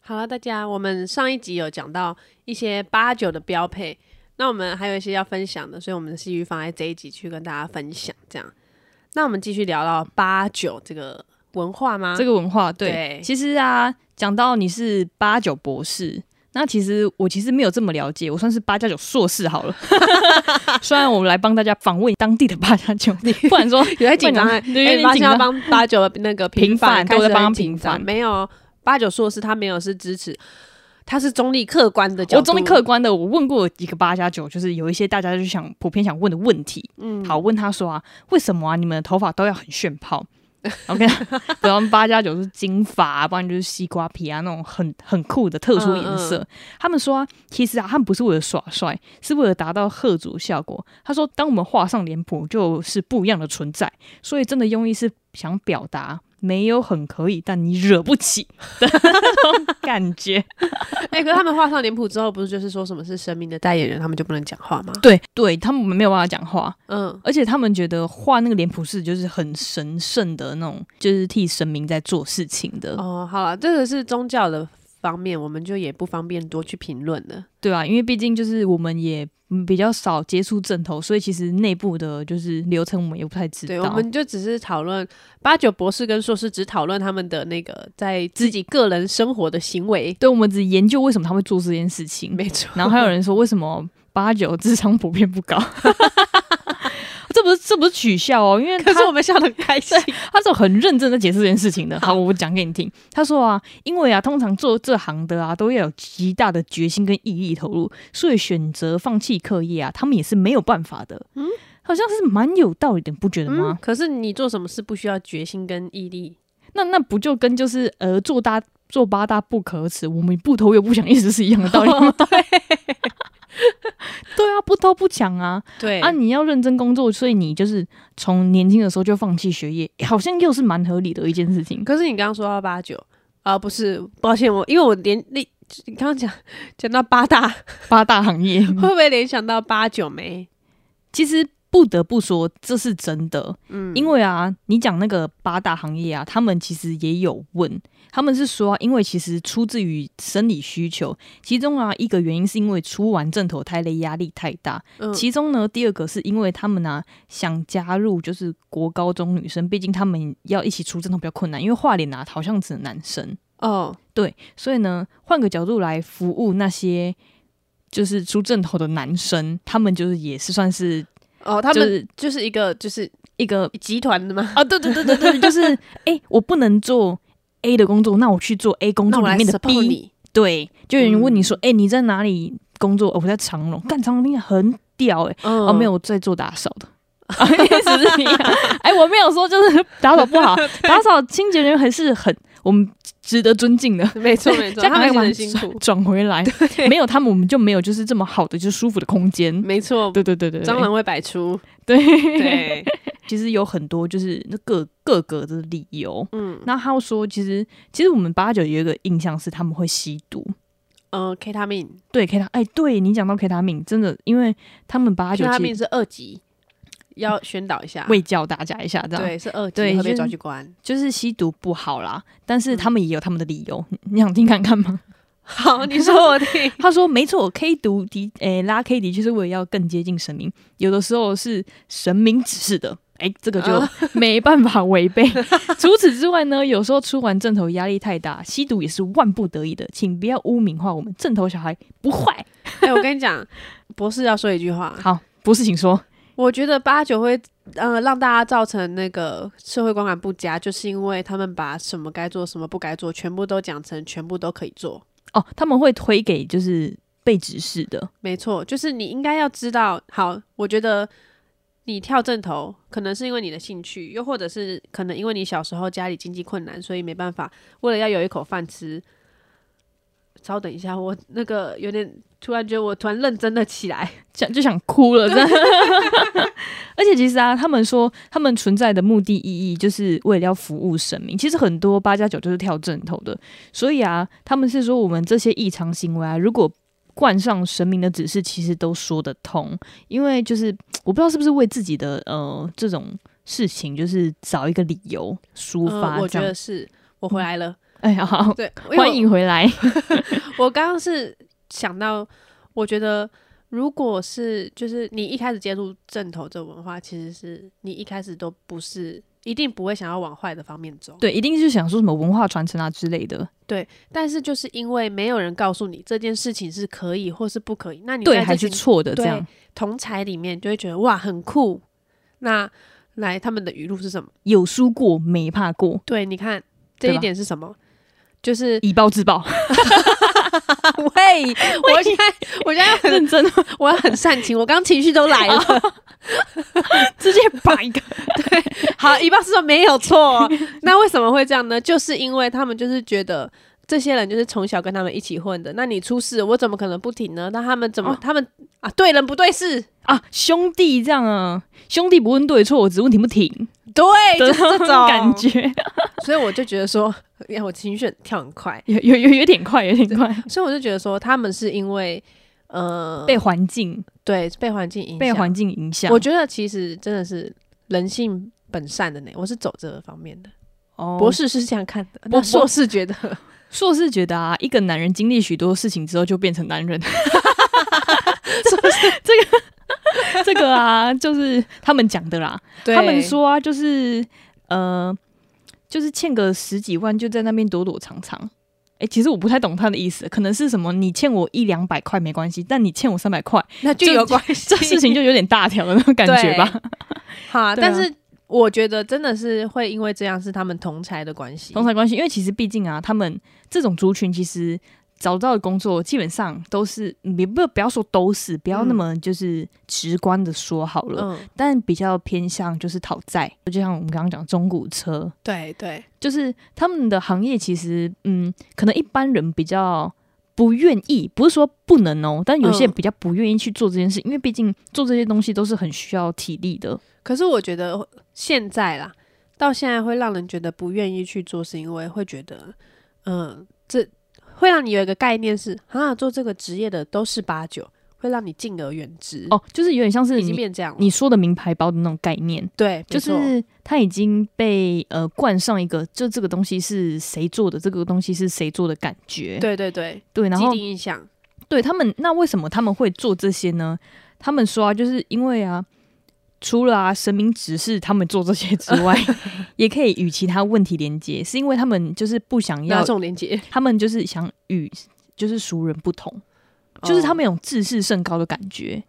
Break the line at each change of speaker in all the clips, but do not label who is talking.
好了，大家，我们上一集有讲到一些八九的标配，那我们还有一些要分享的，所以我们继续放在这一集去跟大家分享。这样，那我们继续聊到八九这个文化吗？
这
个
个文化，啊对，
对
其实啊，讲到你是八九博士，那其实我其实没有这么了解，我算是八加九硕士好了。虽然我来帮大家访问当地的八加九， 不然说
有点紧张
不
哎，
然有
哎
点
发
紧
现要
张。
帮八九那个
啊平
反，
反对我在
开始
帮
很
他
紧
平
张
反
没有八九硕士他没有是支持，他是中立客观的角
我
度，
中立客观的，我问过几个八加九，就是有一些大家就想普遍想问的问题。
嗯
好，问他说啊，为什么啊你们的头发都要很炫泡？然后 跟他，然后八加九是金发、啊，不然就是西瓜皮啊那种很很酷的特殊颜
嗯
色。他们说啊，其实啊，他们不是为了耍帅，是为了达到贺族效果。他说，当我们画上脸谱，就是不一样的存在。所以真的用意是想表达。没有很可以，但你惹不起的那种感觉。
哎、可是他们画上脸谱之后，不是就是说什么是神明的代言人，他们就不能讲话吗？
对，对他们没有办法讲话，
嗯，
而且他们觉得画那个脸谱是就是很神圣的那种，就是替神明在做事情的，
哦，好了，这个是宗教的方面，我们就也不方便多去评论了。
对啊，因为毕竟就是我们也嗯比较少接触正头，所以其实内部的就是流程我们也不太知
对，
道。
我们就只是讨论八九博士跟硕士，只讨论他们的那个在自己个人生活的行为。
对我们只研究为什么他会做这件事情，
没 错，
然后还有人说为什么八九智商普遍不高。 这不是这不是取笑哦，因为
可
他
是我们笑得很开心。
他是很认真的解释这件事情的。好，我讲给你听。他说啊，因为啊，通常做这行的啊，都要有极大的决心跟毅力投入，所以选择放弃课业啊，他们也是没有办法的。嗯，好像是蛮有道理的，你不觉得
嗯
吗？，
可是你做什么事不需要决心跟毅力？
那那不就跟就是呃，做大做八大不可耻，我们不偷又不抢，意思是一样的道 理哦吗？对，啊，不偷不抢啊
对
啊！你要认真工作，所以你就是从年轻的时候就放弃学业，好像又是蛮合理的一件事情。
可是你刚刚说到八九啊，不是，抱歉，我因为我连那你刚刚讲讲到八大，
八大行业，
会不会联想到八九梅？
其实不得不说，这是真的，
嗯
因为啊，你讲那个八大行业啊，他们其实也有问，他们是说啊、因为其实出自于生理需求，其中啊一个原因是因为出完正头胎类压力太大，
嗯
其中呢第二个是因为他们啊想加入就是国高中女生，毕竟他们要一起出正头比较困难，因为画脸啊好像只能男生，
哦，
对，所以呢换个角度来服务那些。就是出正头的男生，他们就是也是算是
哦，他
就
们
是
就是一个就是
一个
集团的吗？
啊，对对对对对，就是 哎、我不能做 A 的工作，那我去做 A 工
那
作
我
里
来
面的
support
B。
你，嗯
对，就有人问你说，哎、你在哪里工作？哦我在长隆，干长隆应该很屌哎、
嗯
哦，没有，，我在做打扫的。啊，只是你哎、我没有说就是打扫 不好，打扫清洁人员还是很我们值得尊敬的。
没错没错，
这样
他们
还
其实
蛮
很辛苦，
转回来，没有他们，我们就没有就是这么好的就是舒服的空间。
没错，
对对对对，对
蟑螂会摆出，
对
对，
其实有很多就是那各各个的理由。
嗯
那他又说，其实其实我们八九有一个印象是他们会吸毒。
呃，K 他命，
对 K 他，哎，对你讲到 K 他命，真的，因为他们八
K
九
他
其
命
实
是二级，要宣导一下，
未教大家一下，这样
对，是二级
对
会被
就是
抓去关。
就是吸毒不好啦，但
嗯
是他们也有他们的理由，你你想听看看吗？，
好，你说我听
他说：“没错，K 毒的，诶、拉 K 的确是为了要更接近神明，有的时候是神明指示的，诶、这个就 没办法违背。除此之外呢，有时候出完正头压力太大，吸毒也是万不得已的，请不要污名化我们正头小孩不坏。
哎，我跟你讲，博士要说一句话，
好，博士，请说。
我觉得八九会呃让大家造成那个社会观感不佳，就是因为他们把什么该做、什么不该做，全部都讲成全部都可以做。
哦，他们会推给就是被指示的，
没错，就是你应该要知道，好，我觉得你跳正头可能是因为你的兴趣，又或者是可能因为你小时候家里经济困难，所以没办法，为了要有一口饭吃。稍等一下，我那个有点突然觉得我突然认真了起来。
想就想哭了，真的。 而且其实啊，他们说他们存在的目的意义，就是为了要服务神明。其实很多八加九就是跳正头的，所以啊，他们是说我们这些异常行为啊，如果冠上神明的指示，其实都说得通。因为就是我不知道是不是为自己的呃这种事情，就是找一个理由抒
嗯
发
我觉
这样。
得是我回来了。
哎呀，好，
对，因为我
欢迎回来。
我刚刚是想到，我觉得如果是就是你一开始接触正头这文化，其实是你一开始都不是一定不会想要往坏的方面走，
对，一定是想说什么文化传承啊之类的。
但是就是因为没有人告诉你这件事情是可以或是不可以，那你
对
在
还
这
是
群
错的这
对
样，
同才里面就会觉得哇很酷。那来他们的语录是什么？
有输过没怕过，
对，你看这
对
一
吧
点是什么？就是
以暴制暴。 啊喂，
我现在我现在很
认真哦
我很煽情，我刚情绪都来了。
直接把一个
好，一半是说没有错，哦那为什么会这样呢？就是因为他们就是觉得这些人就是从小跟他们一起混的，那你出事，我怎么可能不挺呢？那他们怎么、
哦
他们啊？对人不对事，
啊，兄弟这样啊，兄弟不问对错，我只问挺不挺，
对，就是
哎
这
这种
种
感。觉，
所以我就觉得说，哎呀，我情绪很跳很快，
有有有有点快，有点快，
所以我就觉得说，他们是因为呃，
被环境
对被环境影响，
被环境影响。
我觉得其实真的是人性本善的呢，我是走这个方面的。
哦
博士是这样看的，
博
那硕士觉得。
硕士觉得啊，一个男人经历许多事情之后就变成男人。 这个这个啊，就是他们讲的啦。
对
他们说啊，就是呃，就是欠个十几万就在那边躲躲藏藏。哎、其实我不太懂他的意思，可能是什么你欠我一两百块没关系，但你欠我三百 块，
那就
这
有关系，
这事情就有点大条的那种感觉 吧。
哈，
对啊
但是我觉得真的是会因为这样是他们同才的关系，
同台关系，因为其实毕竟啊，他们这种族群其实找到的工作基本上都是，你不不要说都是，不要那么就是直观的说好了，
嗯，
但比较偏向就是讨债，就像我们刚刚讲中古车，
对对，
就是他们的行业其实，嗯，可能一般人比较不愿意，不是说不能哦，但有些人
嗯
比较不愿意去做这件事，因为毕竟做这些东西都是很需要体力的。
可是我觉得现在啦，到现在会让人觉得不愿意去做，是因为会觉得，嗯，这会让你有一个概念是啊，做这个职业的都是八九，会让你敬而远之，
哦，就是有点像
嗯
是
已经
你
变这样了，
你说的名牌包的那种概念，
对，
就
没错
是它已经被呃冠上一个，就这个东西是谁做的，这个东西是谁做的感觉。
对对对，
对，然
既
后
定印象，
对他们，那为什么他们会做这些呢？他们说啊，就是因为啊，除了啊神明指示他们做这些之 外，也可以与其他问题连接，是因为他们就是不想
那
要，
重连接，
他们就是想与就是俗人不同，就是他
们。
们有自视甚高的感觉。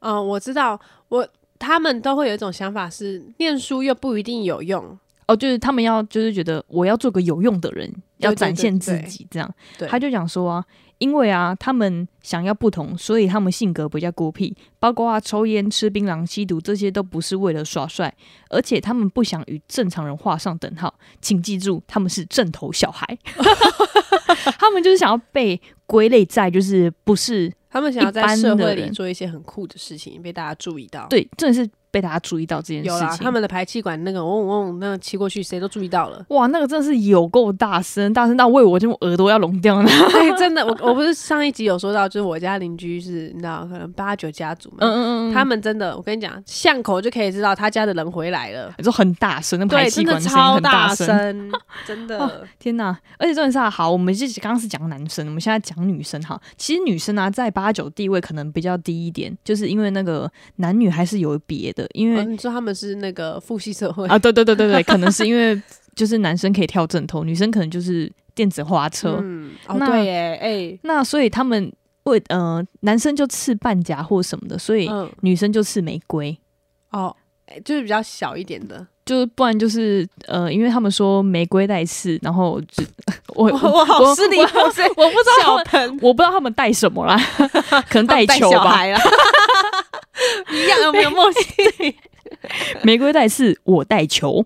嗯，我知道，我他们都会有一种想法是，念书又不一定有用。
哦，就是他们要，就是觉得我要做个有用的人，要展现自己，这样。
对，
他
就
就讲说啊，因为啊，他们想要不同，所以他们性格比较孤僻，包括啊抽烟、吃槟榔、吸毒，这些都不是为了耍帅，而且他们不想与正常人画上等号。请记住，他们是正头小孩， 他们就是想要被归类在就是不是
他们想要
一
在
般
社
的
会里
人
做一些很酷的事情，被大家注意到。，
对，真的是被大家注意到这件
有
事
啦，
情。。
他们的排气管那个嗡嗡那骑过去，谁都注意到了
哇，那个真的是有够大声，大声到为我这种耳朵要聋掉了。
哎，真的，我我不是上一集有说到，就是我家邻居是，你知道，可能八九家族嘛，
嗯嗯嗯，
他们真的，我跟你讲，巷口就可以知道他家的人回来了。
就很大声，那排
对，
气
真的
管声音
超
很大声。
声，真 的。哦
天呐！而且重点是啊，好，我们这刚刚是讲男生，我们现在讲女生哈。其实女生啊，在八九地位可能比较低一点，就是因为那个男女还是有别的，因为
哦、、你说他们是那个父系社会
啊，对对对 对对，可能是因为就是男生可以跳正头，女生可能就是电子花车。
嗯，哦，
那
对耶，哎、
那所以他们为呃，男生就刺半甲或什么的，所以
嗯，
女生就刺玫瑰。
哦，诶就是比较小一点的。
就是不然就是呃，因为他们说玫瑰带刺，然后就 我我我
礼
我
貌，我不
我不知道他们
盆
我不知道他们带什么啦， 可能带球
哦小
吧。
孩 啦， 一样啊没有默契。
玫瑰带刺，我带球。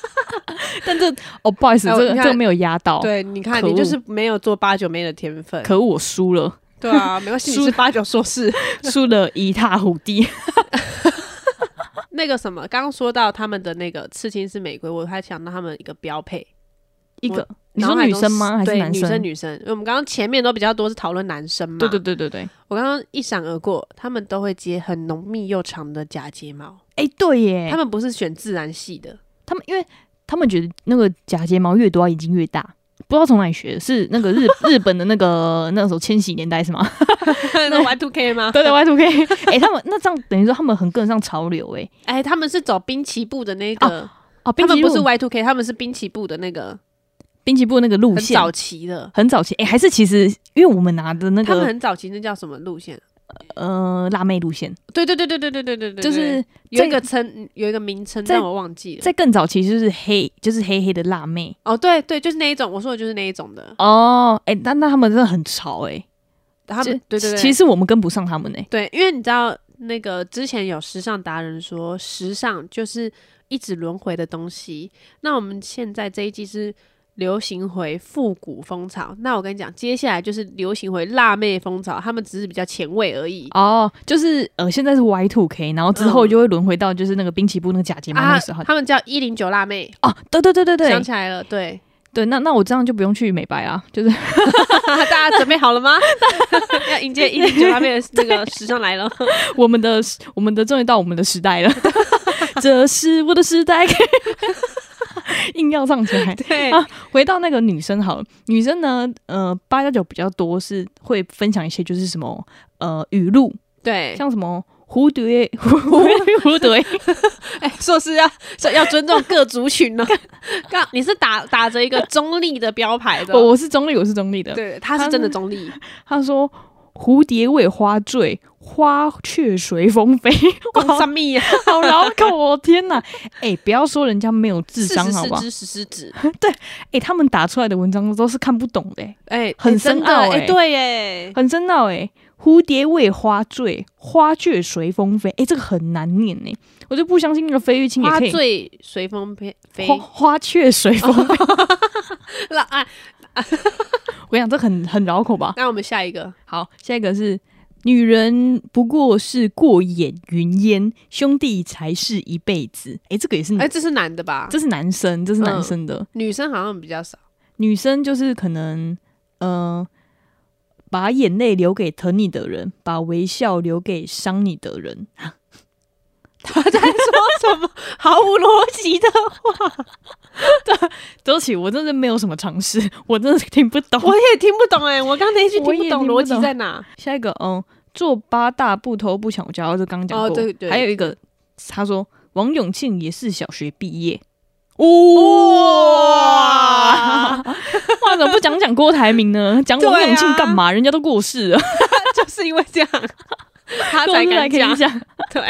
但这哦，不好意思，
哎
这
我
个
你
这
看
个没有压到，
对，你看，
可恶
你就是没有做八九妹的天分。
可恶我 输了，
对啊，没关系，你
输
是八九硕士。
输了一塌糊地。
那个什么，刚刚说到他们的那个刺青是玫瑰，我还想到他们一个标配。
一个
我
你说
脑海
女
中
生吗？还是
对
男
女生
生？
女生，因为我们刚刚前面都比较多是讨论男生嘛。
对对，对对对，
我刚刚一闪而过，他们都会接很浓密又长的假睫毛，
哎对耶，
他
他们
们 不是选自然系的。
他们因为他们觉得那个假睫毛越多已经越大，不知道从哪里学的，是那个日 日本的那个那时候千禧年代 是吗？
那 Y Two K 吗？
对对 Y Two K，哎， 他们那这样等于说他们很跟得上潮流哎、
哎，他们是走滨崎步的那个，他
哦，滨
们
崎
不是
步
Y Two K，他们是滨崎步的那个
滨崎步那个路
很
线啊
早期的，
很早期哎、还是其实因为我们拿的那
他们
个
很早期那叫什么路线？
呃辣妹路线，
对对对对对对对对对，
就是
有一
在
个称有一个名称，
在
但我忘记了。
在更早期就是黑就是黑黑的辣妹
哦，对对，就是那一种，我说的就是那一种的。
哦，哎、但那他们真的很潮哎、
他们
这
对对对，
其实我们跟不上他们哎、
对，因为你知道那个之前有时尚达人说，时尚就是一直轮回的东西。那我们现在这一季是流行回复古风潮，那我跟你讲，接下来就是流行回辣妹风潮，他们只是比较前卫而已。
哦，就是呃，现在是 Y two K，然后之后
嗯
就会轮回到就是那个滨崎步那个假睫毛那
啊
个时候。，
他们叫一零九辣妹，
哦，对对对对对
想起来了，对，
对，那那我这样就不用去美白啊，就是
大家准备好了吗？ 要迎接一零九辣妹的那个时尚来了。
我们的我们的终于到我们的时代了， 这是我的时代， 硬要唱起来。
对
啊回到那个女生好了，女生呢，呃，八加九比较多是会分享一些就是什么呃语录，
对，
像什么蝴蝶蝴 蝴蝶，
哎，说是要说要尊重各族群呢、 刚你是打打着一个中立的标牌的
我，我是中立，我是中立的，
对，他是
他
真的
是
中 立，
他说：“蝴蝶为花坠，花却随风飞。
光三密啊，
好绕口哦，天哪！哎、不要说人家没有智
四
商，
十
好不
四
好？
只石狮子，
哎、他们打出来的文章都是看不懂的、哎
哎、
很
哎真
深
的
奥
哎、
哎
对哎，
很深奥哎、蝴蝶为花坠，花却随风飞。哎、这个很难念哎、我就不相信那个费玉清也
花
可以。
醉随风飞飞，
花花却随 风飞，
那啊，
我想这很很绕口吧？
那我们下一个，
好，下一个是女人不过是过眼云烟，兄弟才是一辈子。哎、这个也是
哎、这是男的吧？
这是男生，这是男生的。
女生好像比较少，
女生就是可能，呃，把眼泪留给疼你的人，把微笑留给伤你的 人。
他在说什 么毫无逻辑的？
对不起，我真的没有什么常识，我真的听不懂。
我也听不懂哎、我刚才一句
我
听不
也
懂
听不
逻辑
懂
在哪？
下一个，嗯，做八大不偷不抢，我讲到这刚刚讲过。
哦对对
还有一个，他说王永庆也是小学毕业。
哇
哇！哇，怎么不讲讲郭台铭 呢？讲王
对啊
永庆干嘛？人家都过世了，
就是因为这样，他
过
才
世
敢
还可以
讲。
讲。
对，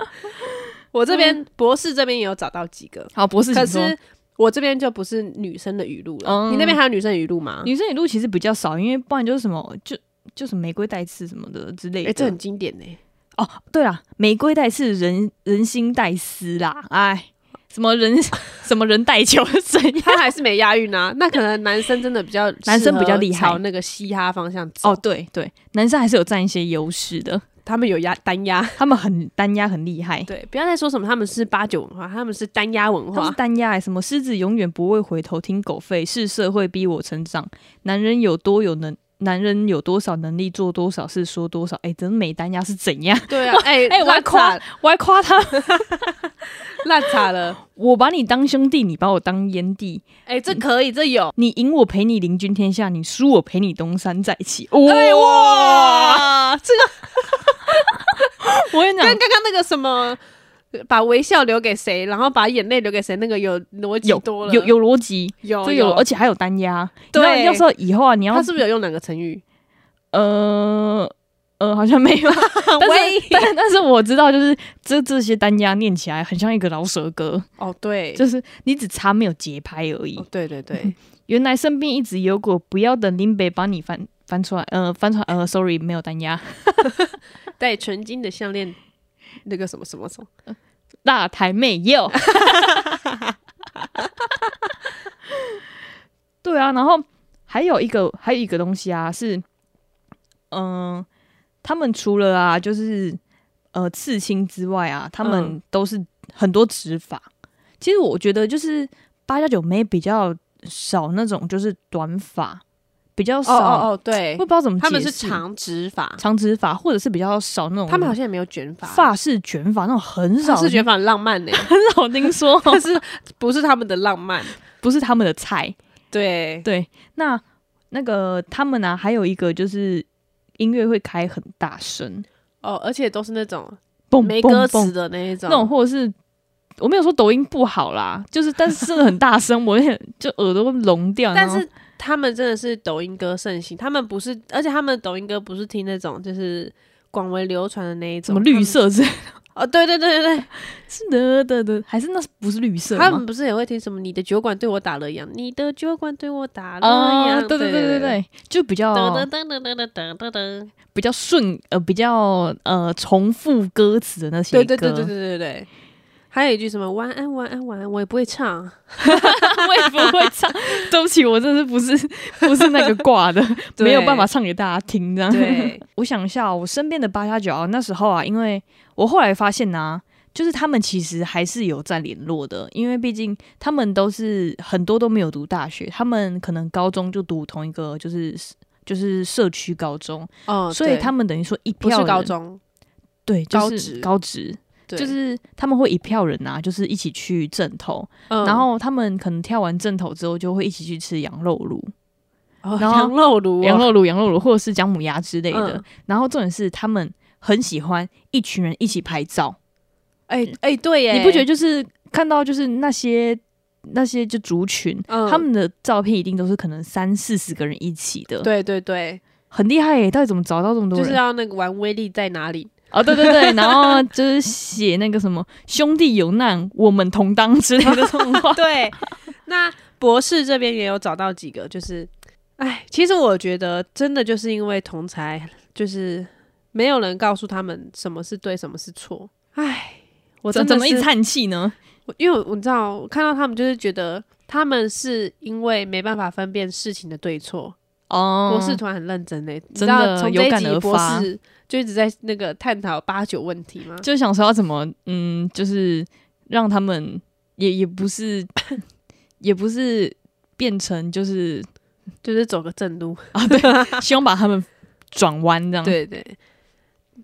我这边博士这边也有找到几个，
好，博士，
可
请嗯说
是我这边就不是女生的语录了。
嗯
你那边还有女生语录吗？
女生语录其实比较少，因为不然就是什么就就是玫瑰带刺什么的之类
哎、
的。
这很经典呢、
哦，对啦，玫瑰带刺，人人心带丝啦，哎，什么人 什么人带球是怎样？
他还是没押韵啊。那可能男生真的比较
男生比较厉害
朝那个嘻哈方向走。
哦，
哦，
对对，男生还是有占一些优势的，
他们有押单押。
他们很单压，很厉害。
对，不要再说什么他们是八九文化，他们是单押文
他们
化
是。单压、哎什么狮子永远不会回头，听狗吠，是社会逼我成长。男人有多有能，男人有多少能力，做多少事，说多少。哎、真没单压是怎样？
对啊，哎、
哎我还
烂
夸
惨
我还夸他，
烂惨了。
我把你当兄弟，你把我当烟弟，
哎、这可以，这有。
你赢我陪你领军天下，你输我陪你东山再起。
哎
哇！
哇，这
我跟你
跟
讲，
刚刚那个什么，把微笑留给谁，然后把眼泪留给谁，那个有逻辑
有
多了，哦
有有逻辑，
有
这有，而且还有单压。
对
你知道要说以后啊，你要
他是不是有用两个成语？
呃呃， 好像没有，但
喂
是但但是我知道，就是这这些单压念起来很像一个饶舌 歌，
哦，对，
就是你只差没有节拍而已
哦。对对 对，
原来身边一直有果，不要等林北把你翻翻出来，呃，翻出来，呃，sorry，没有单压。
戴纯金的项链，那个什么什么什么，
大台妹有。 对啊，然后还有一个还有一个东西啊，是嗯、他们除了啊，就是呃刺青之外啊，他们
嗯
都是很多指法。其实我觉得就是八加九妹比较少那种，就是短发比较
哦
少，
哦哦，对
我，不知道怎么
他们
解
是
释
长直发，
长直发，或者是比较少那种
他们好像也没有卷发，
发式卷发那种很少，
是卷发很
哦
浪漫呢，
很少听说。
但是不是他们的浪漫？
不是他们的菜，
对，
对，那那个他们呢、还有一个就是音乐会开很大声，
哦，而且都是那种
蹦
没
蹦
歌
蹦
词的那一种，
那种，或者是我没有说抖音不好啦，就是但是真的很大声，我也 就耳朵会聋掉。
但
然后
是他们真的是抖音歌盛行，他们不是，而且他们抖音歌不是听那种就是广为流传的那一
什
种
么绿，色是
他们哦，对对对对
是的的的，还是那是不是绿色
对，
吗
他？们不是也会听什么你的酒馆对我打了烊，你的酒馆对我打了
啊、
烊，
对对
对
对对对，就比较
噔噔噔噔噔噔噔噔，
比较顺呃，比较呃重复歌词的那些
对
歌，
对对对对对对。还有一句什么“晚安，晚安，晚安”，我也不会唱。
我也不会唱。对不起，我真的是不是不是那个挂的，
对
没有办法唱给大家听这样。
对，
我想一下哦，我身边的八加九啊，那时候啊，因为我后来发现呢、就是他们其实还是有在联络的，因为毕竟他们都是很多都没有读大学，他们可能高中就读同一个就是就是社区高中，
哦
所以他们等于说一
不是
票人
高中，
对，就
高
是
职
高职，
对，
就是他们会一票人啊，就是一起去正头，
嗯
然后他们可能跳完正头之后就会一起去吃羊肉炉。
哦
然后
羊肉炉哦，
羊肉炉、羊肉炉，或者是姜母鸭之类的。
嗯
然后重点是他们很喜欢一群人一起拍照，
哎哎，对耶，
你不觉得？就是看到就是那些那些就族群，
嗯
他们的照片一定都是可能三四十个人一起的，，
对对对，
很厉害耶！到底怎么找到这么多
就
人？
是啊要那个玩威力在哪里？。
哦，对对对， 然后就是写那个什么“兄弟有难，我们同当”之类的这种话
对，那博士这边也有找到几个，就是，哎，其实我觉得真的就是因为同才，就是没有人告诉他们什么是对，什么是错。哎， 我
我
真
怎
的
怎么一
是
直叹气呢？
我因为我你知道，我看到他们就是觉得他们是因为没办法分辨事情的对错。
哦，
博士突然很认真嘞、你知
真
道
的
从
有
这一
感
集
而
博
发
士就一直在那个探讨八九问题吗？
就想说要怎么，嗯，就是让他们也也不是， 也不是变 成就是
就是走个正路。
希望把他们转弯这样。，
对对，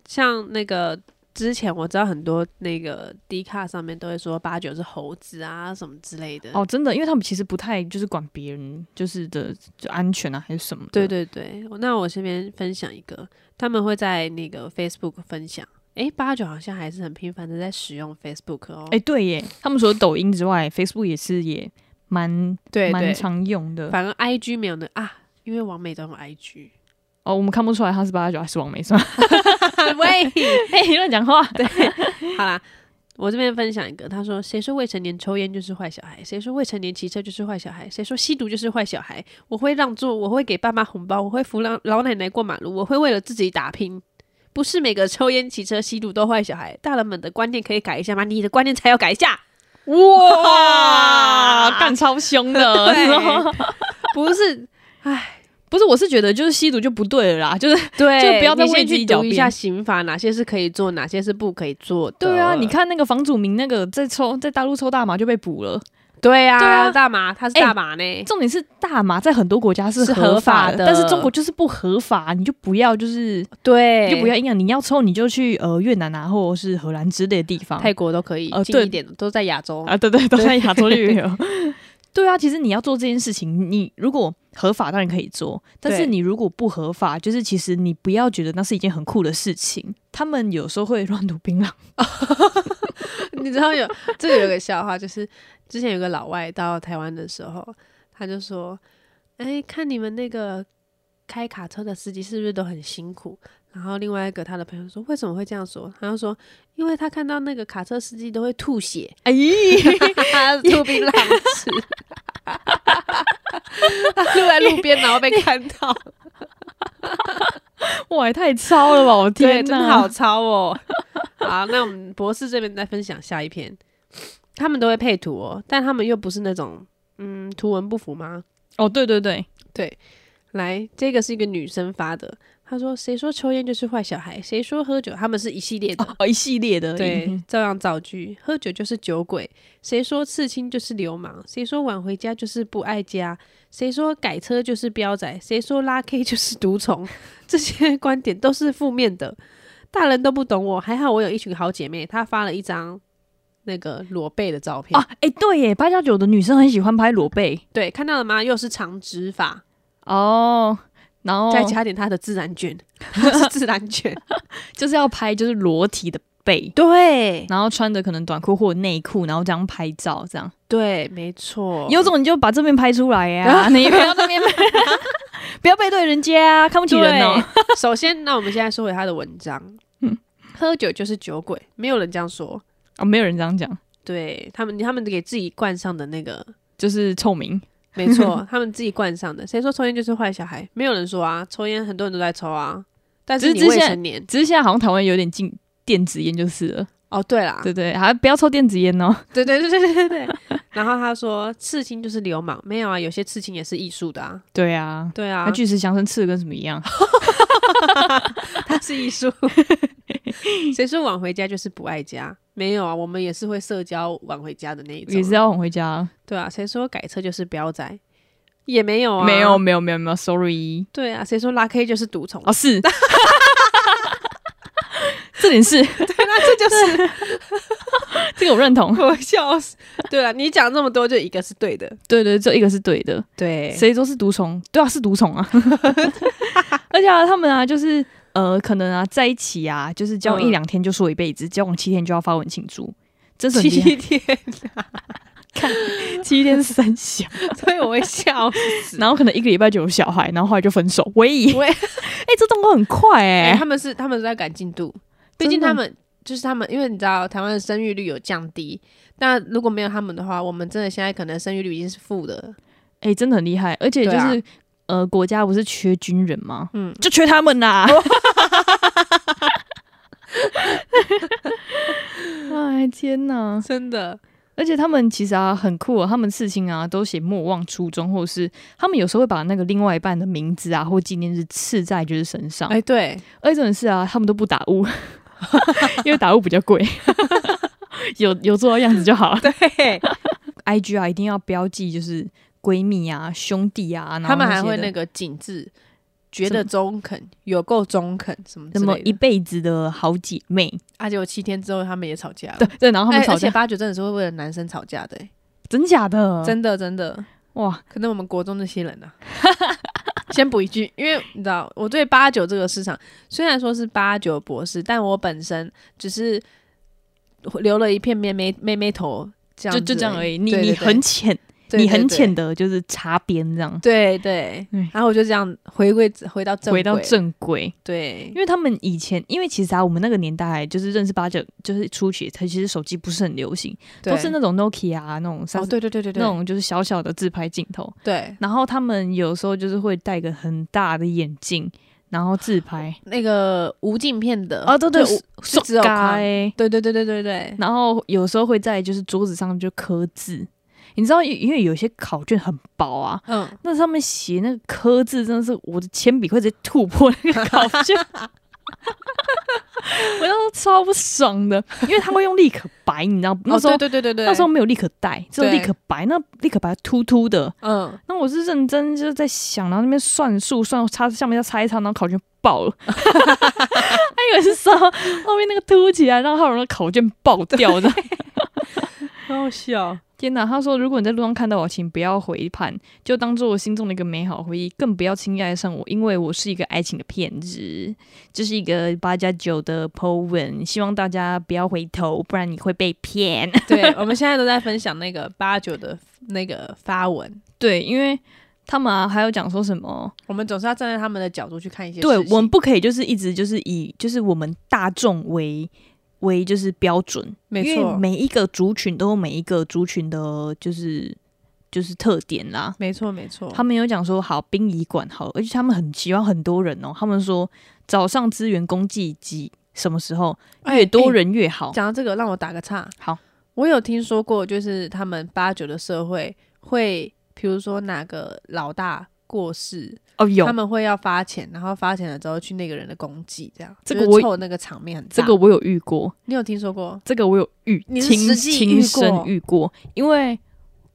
像那个之前我知道很多那个 D 卡上面都会说八九是猴子啊什么之类的。
哦，，真的，因为他们其实不太就是管别人就是的就安全啊还是什么的。
对对对，我那我这边分享一个，他们会在那个 Facebook 分享。诶，八九好像还是很频繁的在使用 Facebook 哦。
哎、对耶，他们除了抖音之外，Facebook 也是也蛮
对
蛮
对，
常用的。
反而 IG 没有的啊，因为王美都用 IG。
哦，我们看不出来他是八加九还是王梅算。
喂，
哎、乱讲话。
好啦，我这边分享一个，他说：“谁说未成年抽烟就是坏小孩？谁说未成年骑车就是坏小孩？谁说吸毒就是坏小孩？我会让座，我会给爸妈红包，我会扶老老奶奶过马路，我会为了自己打拼。”不是每个抽烟、骑车、吸毒都坏小孩，大人们的观念可以改一下吗？你的观念才要改一 下。
哇，干超凶的。
对不是，
不是，我是觉得就是吸毒就不对了啦，就是
对，
就不要再
你
为
先
自己
去
狡
读一
辩
下刑法，哪些是可以做，哪些是不可以做的。
对啊，你，看那个房祖名那个在抽在大陆抽大麻就被捕了，
对啊，
对啊
大麻，他是
哎
大麻呢。
重点是大麻在很多国家是
是
合
合
法
法
的，
的
但是中国就是不合法，你就不要就是
对，
你就不要硬要，你要抽你就去呃越南啊或者是荷兰之类的地方
泰国都可以
呃
近
对
一点的，都在亚洲。
啊，对对，都在亚洲就 有。对啊，其实你要做这件事情，你如果合法当然可以做，但是
对
你如果不合法，就是其实你不要觉得那是一件很酷的事情。他们有时候会乱吐槟榔，
你知道有这个有个笑话，就是之前有个老外到台湾的时候，他就说：“哎、看你们那个开卡车的司机是不是都很辛苦？”然后另外一个他的朋友说：“为什么会这样说？”他就说：“因为他看到那个卡车司机都会吐 血，
哎，
吐槟榔 吃。”他吐在路边，然后被看到，
哇，也太超了吧！我
对，
天
真
哪，
的好超哦。 好，那我们博士这边再分享下一篇，他们都会配图哦，但他们又不是那种嗯图文不符吗？
哦，对对对，
来，这个是一个女生发的，她说：“谁说抽烟就是坏小孩？谁说喝酒？他们是一系列的。
哦，一系列的
对
嗯，
照样造句。喝酒就是酒鬼，谁说刺青就是流氓？谁说晚回家就是不爱家？谁说改车就是彪仔？谁说拉 K 就是 毒虫？这些观点都是负面的，大人都不懂我。还好我有一群好姐妹，她发了一张那个裸背的照片。
啊，哎、对耶，八加九的女生很喜欢拍裸背
对，看到了吗？又是长直发，
哦，然后
再加点她的自然卷， 是自然 卷。
就是要拍就是裸体的背，
对
然后穿着可能短裤或内裤，然后这样拍照，这样
对，没错。啊
有种你就把这边拍出来呀、 你不要这边拍，不要背对人家、啊，看不起人哦、
对 首先，那我们现在说回他的文章。
嗯
喝酒就是酒鬼，没有人这样说。
哦，没有人这样讲，
对他们，他们给自己冠上的那个，
就是臭名。
没 错，他们自己冠上的。谁说抽烟就是坏小孩？没有人说啊，抽烟很多人都在抽啊，但
只
是
是
你
之
未
前
成年
只是现在好像台湾有点禁电子烟就是了，
哦，对啦，
对对，还不要抽电子烟哦。
对对对对对对对。然后他说刺青就是流氓，没有啊，有些刺青也是艺术的啊，
对啊，
对
那
啊，
巨石强森吃的跟什么一样？
它是艺 术。谁说晚回家就是不爱家？没有啊，我们也是会社交晚回家的那一种啊，
也是要往回家。
对啊。谁说改车就是飙仔？也没有啊，
没有。没有没有没有，sorry
对啊，谁说拉 K 就是毒虫？
哦，是， 这点是
这就是
这个我认同。
我笑死。 对啊了，你讲这么多，就一个是对的，
对对，这一个是对的，
对
谁都是毒虫，对啊，是毒虫啊。 而且啊，他们啊，就是呃，可能啊，在一起啊，就是交往
嗯
一两天就说一辈子，交往七天就要发文庆祝，真是很厉害
七天，
七天三小，
所以我会笑死。
然后可能一个礼拜就有小孩，然后后来就分手。喂，
喂
哎、这动作很快哎、
哎、他们是他们是在赶进度，毕竟
真的
他们就是他们，因为你知道台湾的生育率有降低，那如果没有他们的话，我们真的现在可能生育率已经是负的。
哎、真的很厉害，而且就
对
是、
啊
呃，国家不是缺军人吗？
嗯，
就缺他们 呐、哎天哪！
真的，
而且他们其实啊很酷、哦，他们事情啊都写莫忘初衷，或是他们有时候会把那个另外一半的名字啊或纪念日刺在就是身上。
哎、对，
而且重点是啊，他们都不打雾， 因为打雾比较贵。 有有做到样子就好。
对，
IG 啊，一定要标记就是闺蜜啊、兄弟啊，然后
他们还
些
会
的
那个紧致，觉得中肯，有够中肯什么之
什么
类
一
的。
辈子的好姐妹，
而且我啊七天之后他们也吵架了，
对对，然后他们
哎
吵
而且
架，
八九真的是会为了男生吵架的、哎
真假的，
真的真的。
哇，
可能我们国中那些人啊。 先补一句，因为你知道我对八九这个市场，虽然说是八九博士，但我本身只是留了一片妹妹妹妹头，这样
就就这样而
已。
已。你
对
你很，浅，
对
你很，浅
对
的，就是擦边这样，
对对对
嗯
对。然后我就这样回归回到正
回到
轨，
正轨。
对
因为他们以前，因为其实啊，我们那个年代就是认识八九，就是初期，它其实手机不是很流行，
对
都是那种 Nokia 啊那种三
哦，
十、
对对对对对，
那种就是小小的自拍镜头。
对
然后他们有时候就是会戴个很大的眼镜，然后自拍。
那个无镜片的
哦，对对，
就是
我手
只有
嘎
框
欸
对对对对对对，
然后有时候会在就是桌子上就刻字，你知道，因因为有些考卷很薄啊，
嗯，
那上面写那个刻字，真的是我的铅笔会直接吐破那个考 卷。我那时候超不爽的，因为他会用立可白，你知道那
哦
时候、
对对对对对，
那时候没有立可带，只有
对
立可白。那立可白秃秃的，
嗯，
那我是认真就是在想，然后那边算数算擦下面再擦一擦，然后考卷爆了。 还以为是说后面那个凸起来，让他容易考卷爆掉的。
好好笑，
天哪！他说，如果你在路上看到我，请不要回盘，就当做我心中的一个美好回忆，更不要轻易爱上我，因为我是一个爱情的骗子。这是一个八加九的 po 文，希望大家不要回头，不然你会被骗。
对，我们现在都在分享那个八九的那个发文，
对，因为他们、啊、还有讲说什么？
我们总是要站在他们的角度去看一些事
对
情。
我们不可以就是一直就是以就是我们大众为为就是标准，
没
因为
错，
每一个族群都有每一个族群的就是就是特点啦。
没错，没错。
他们有讲说好殡仪馆好，而且他们很喜欢很多人哦。他们说早上资源供给及什么时候
哎
越多、
哎
人越好。
讲到这个，让我打个岔。
好，
我有听说过，就是他们八九的社会会，比如说哪个老大过世，
哦，有
他们会要发钱，然后发钱了之后去那个人的公祭，这样
这
就是
个我
凑那个场面很大。
这个我有遇过，
你有听说过？
这个我有遇
你是
亲
实际遇
亲
过
身遇过，因为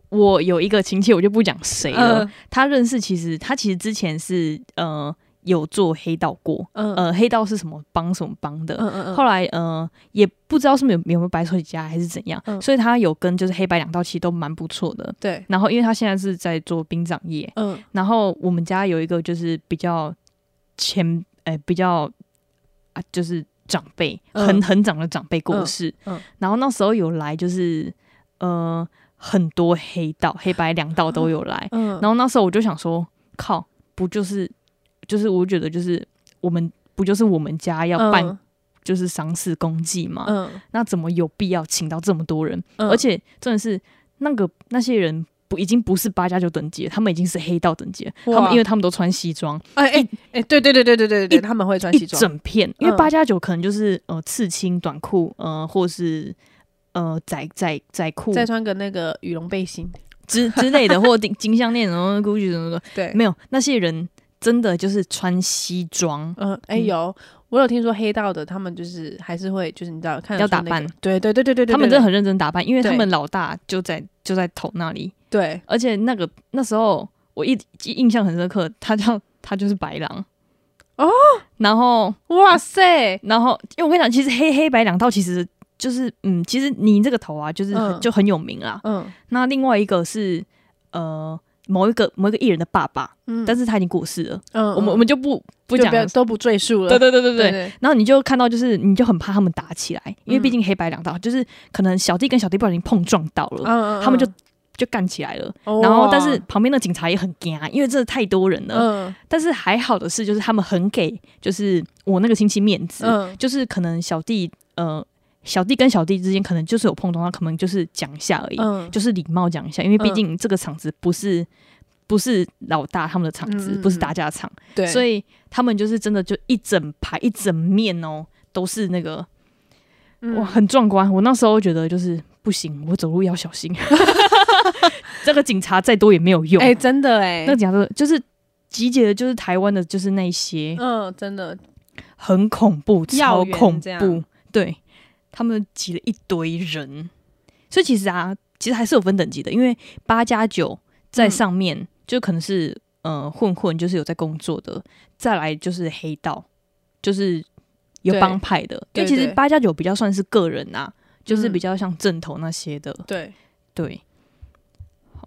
我有一个亲戚，我就不讲谁了。
嗯
他认识其实他其实之前是呃有做黑道过，
嗯
呃，黑道是什么帮什么帮的，
嗯嗯嗯，
后来呃也不知道是没有有没有白手起家还是怎样，
嗯
所以他有跟就是黑白两道其实都蛮不错的。
对，
然后因为他现在是在做殡葬业，
嗯
然后我们家有一个就是比较前呃比较啊就是长辈
嗯
很很长的长辈过世，
嗯嗯
然后那时候有来就是呃很多黑道黑白两道都有来，
嗯，
然后那时候我就想说，靠，不就是就是我觉得就是我们不就是我们家要办
嗯
就是丧事公祭嘛，
嗯，
那怎么有必要请到这么多人？
嗯
啊而且真的是那个那些人不已经不是八加九等级了，他们已经是黑道等级了。
哇
他们因为他们都穿西装，
哎哎哎，对对对对对对对，他们会穿
一
西装，
整片，因为
嗯
八加九可能就是呃刺青、短裤，呃或是。呃，窄窄窄裤
再穿个那个羽绒背心，
之之类的，或者金金项链，然后 Gucci 什么的，
对，
没有那些人真的就是穿西装，
嗯，哎
嗯
有，我有听说黑道的，他们就是还是会，就是你知道，看得
要
出
打
那
扮
个，对对对对对对，
他们真的
很
很认真打扮，因为他
对
们老大就在就在头那里，
对，
而且那个那时候我一记印象很深刻，他叫他就是白狼
哦，
然后
哇塞，
然后因为我跟你讲，其实黑黑白两道其实就是嗯，其实你这个头啊，就是很、
嗯
就很有名啦。
嗯
那另外一个是呃某一个某一个艺人的爸爸，
嗯，
但
是
是他已经过世了，
嗯，
我们我
们
们就不不
不
讲了。
都不赘述了，
对对对对对
对，对，
然后你就看到，就是你就很怕他们打起来，因为
嗯
毕竟黑白两道，就是可能小弟跟小弟不小心碰撞到了，
嗯，
他们就
嗯
就干起来了。
嗯
然后
哇，
但是旁边的警察也很惊，因为真的太多人了。
嗯
但是还好的是，就是他们很给，就是我那个亲戚面子，
嗯
就是可能小弟呃小弟跟小弟之间可能就是有碰撞，他可能就是讲一下而已，
嗯，
就是礼貌讲一下，因为毕
嗯
竟这个场子不是。不是老大他们的场子，
嗯嗯
不是
嗯
打架场，
对，
所
以
以他们就是真的就一整排一整面哦，都是那个
嗯
哇，很壮观。我那时候觉得就是不行，我走路要 小心。这个警察再多也没有用。
哎，真的哎
那个，警察说就是集结的，就是台湾的，就是那些
嗯，真的，
很恐怖、超
要员
恐
这
怖
样，
对他们集了一堆人。所以其实啊，其实还是有分等级的，因为八加九在
嗯
上面、就可能是呃混混，就是有在工作的，再来就是黑道，就是有
对
帮派的。
对
因为其实
对
八加九比较算是个人啊，就是
嗯
比较像正头那些的。
对，
对。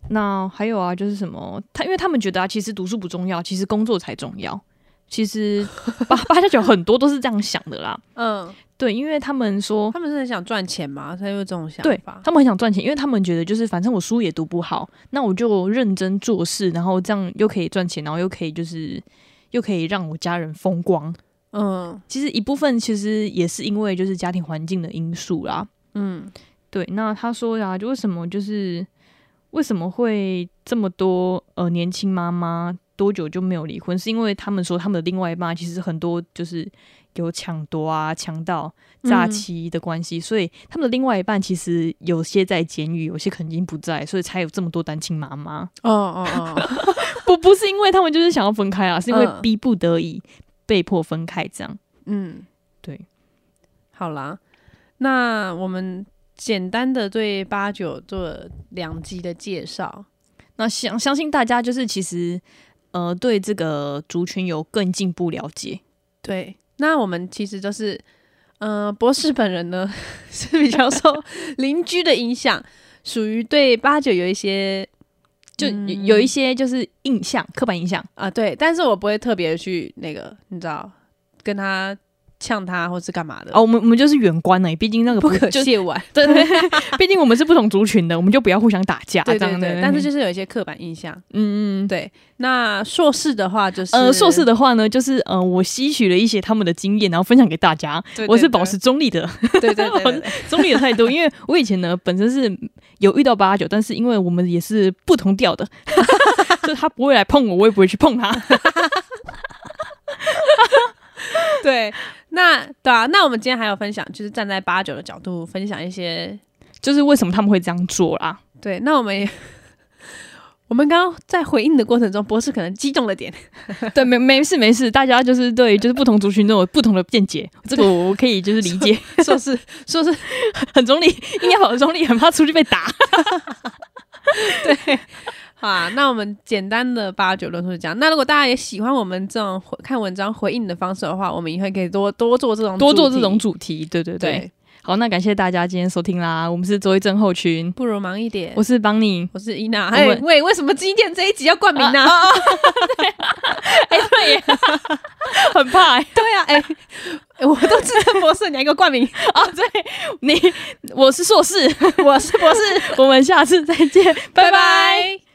那还有啊，就是什么？他因为他们觉得啊，其实读书不重要，其实工作才重要。其实八八加九很多都是这样想的啦。
嗯，
对，因为他们说，
他们是很想赚钱嘛，才有这种想
对
法，
他们很想赚钱，因为他们觉得就是反正我书也读不好，那我就认真做事，然后这样又可以赚钱，然后又可以就是又可以让我家人风光。
嗯
其实一部分其实也是因为就是家庭环境的因素啦。
嗯
对，那他说呀、就为什么就是为什么会这么多呃年轻妈妈多久就没有离婚？是因为他们说他们的另外一半其实很多就是有抢夺啊、强盗、诈
嗯
欺的关系，所以他们的另外一半其实有些在监狱，有些可能已经不在，所以才有这么多单亲妈妈。
哦哦 哦，
不不是因为他们就是想要分开啊，是因为
嗯
逼不得已被迫分开这样。
嗯。
对，
好啦，那我们简单的对八九做两集的介绍。
那相相信大家就是其实呃对这个族群有更进一步了解。
对，那我们其实就是，呃，博士本人呢 是比较 受邻居的影响，属于对八九有一些
就有
嗯
有一些就是印象、刻板印象，
啊、对，但是我不会特别去那个，你知道，跟他呛他或是干嘛的，
哦，我们我们就是远观而已，毕竟那个
不可
就
亵玩。
对对， 毕竟我们是不同族群的，我们就不要互相打架
对
这
对
样
对，
的。嗯
但是就是有一些刻板印象。
嗯嗯，嗯
对，那硕士的话就是，
呃，硕士
的，
的话呢，就是呃，我吸取了一些他们的经验，然后分享给大家。
对
我是保持，中立的，
对 对对对对对
中立的 态度，因为我以前呢本身是有遇到八九，但是因为我们也是不同调的， 所以他不会来碰我，我也不会去碰他。
对，那对啊，那我们今天还有分享，就是站在八九的角度分享一些。
就是为什么他们会这样做啊啦？
对，那我们也， 我们刚刚在回应的过程中，博士可能激动了点。
对，没没事没事，大家就是对，就是不同族群都有不同的见解，这个我我可以就是理解。
硕士， 硕士，
很中立，应该保持中立，很怕出去被打。
好啊，那我们简单的八九论述就这样。那如果大家也喜欢我们这种回看文章回应的方式的话，我们以后也可以多多做这种
多做
主
这种
题
主题，对对对。
对，
好，那感谢大家今天收听啦，我们是周一症候群，
不如忙一点。
我是邦尼，
我是伊娜，
我
哎、
们啊
喂，为什么今天这一集要冠名呢、
很怕、欸、
对啊，哎、哎我都自称博士，你还给我冠名，
啊，对 你，我是硕士，
我是博士，
我们下次再见，拜拜。
拜拜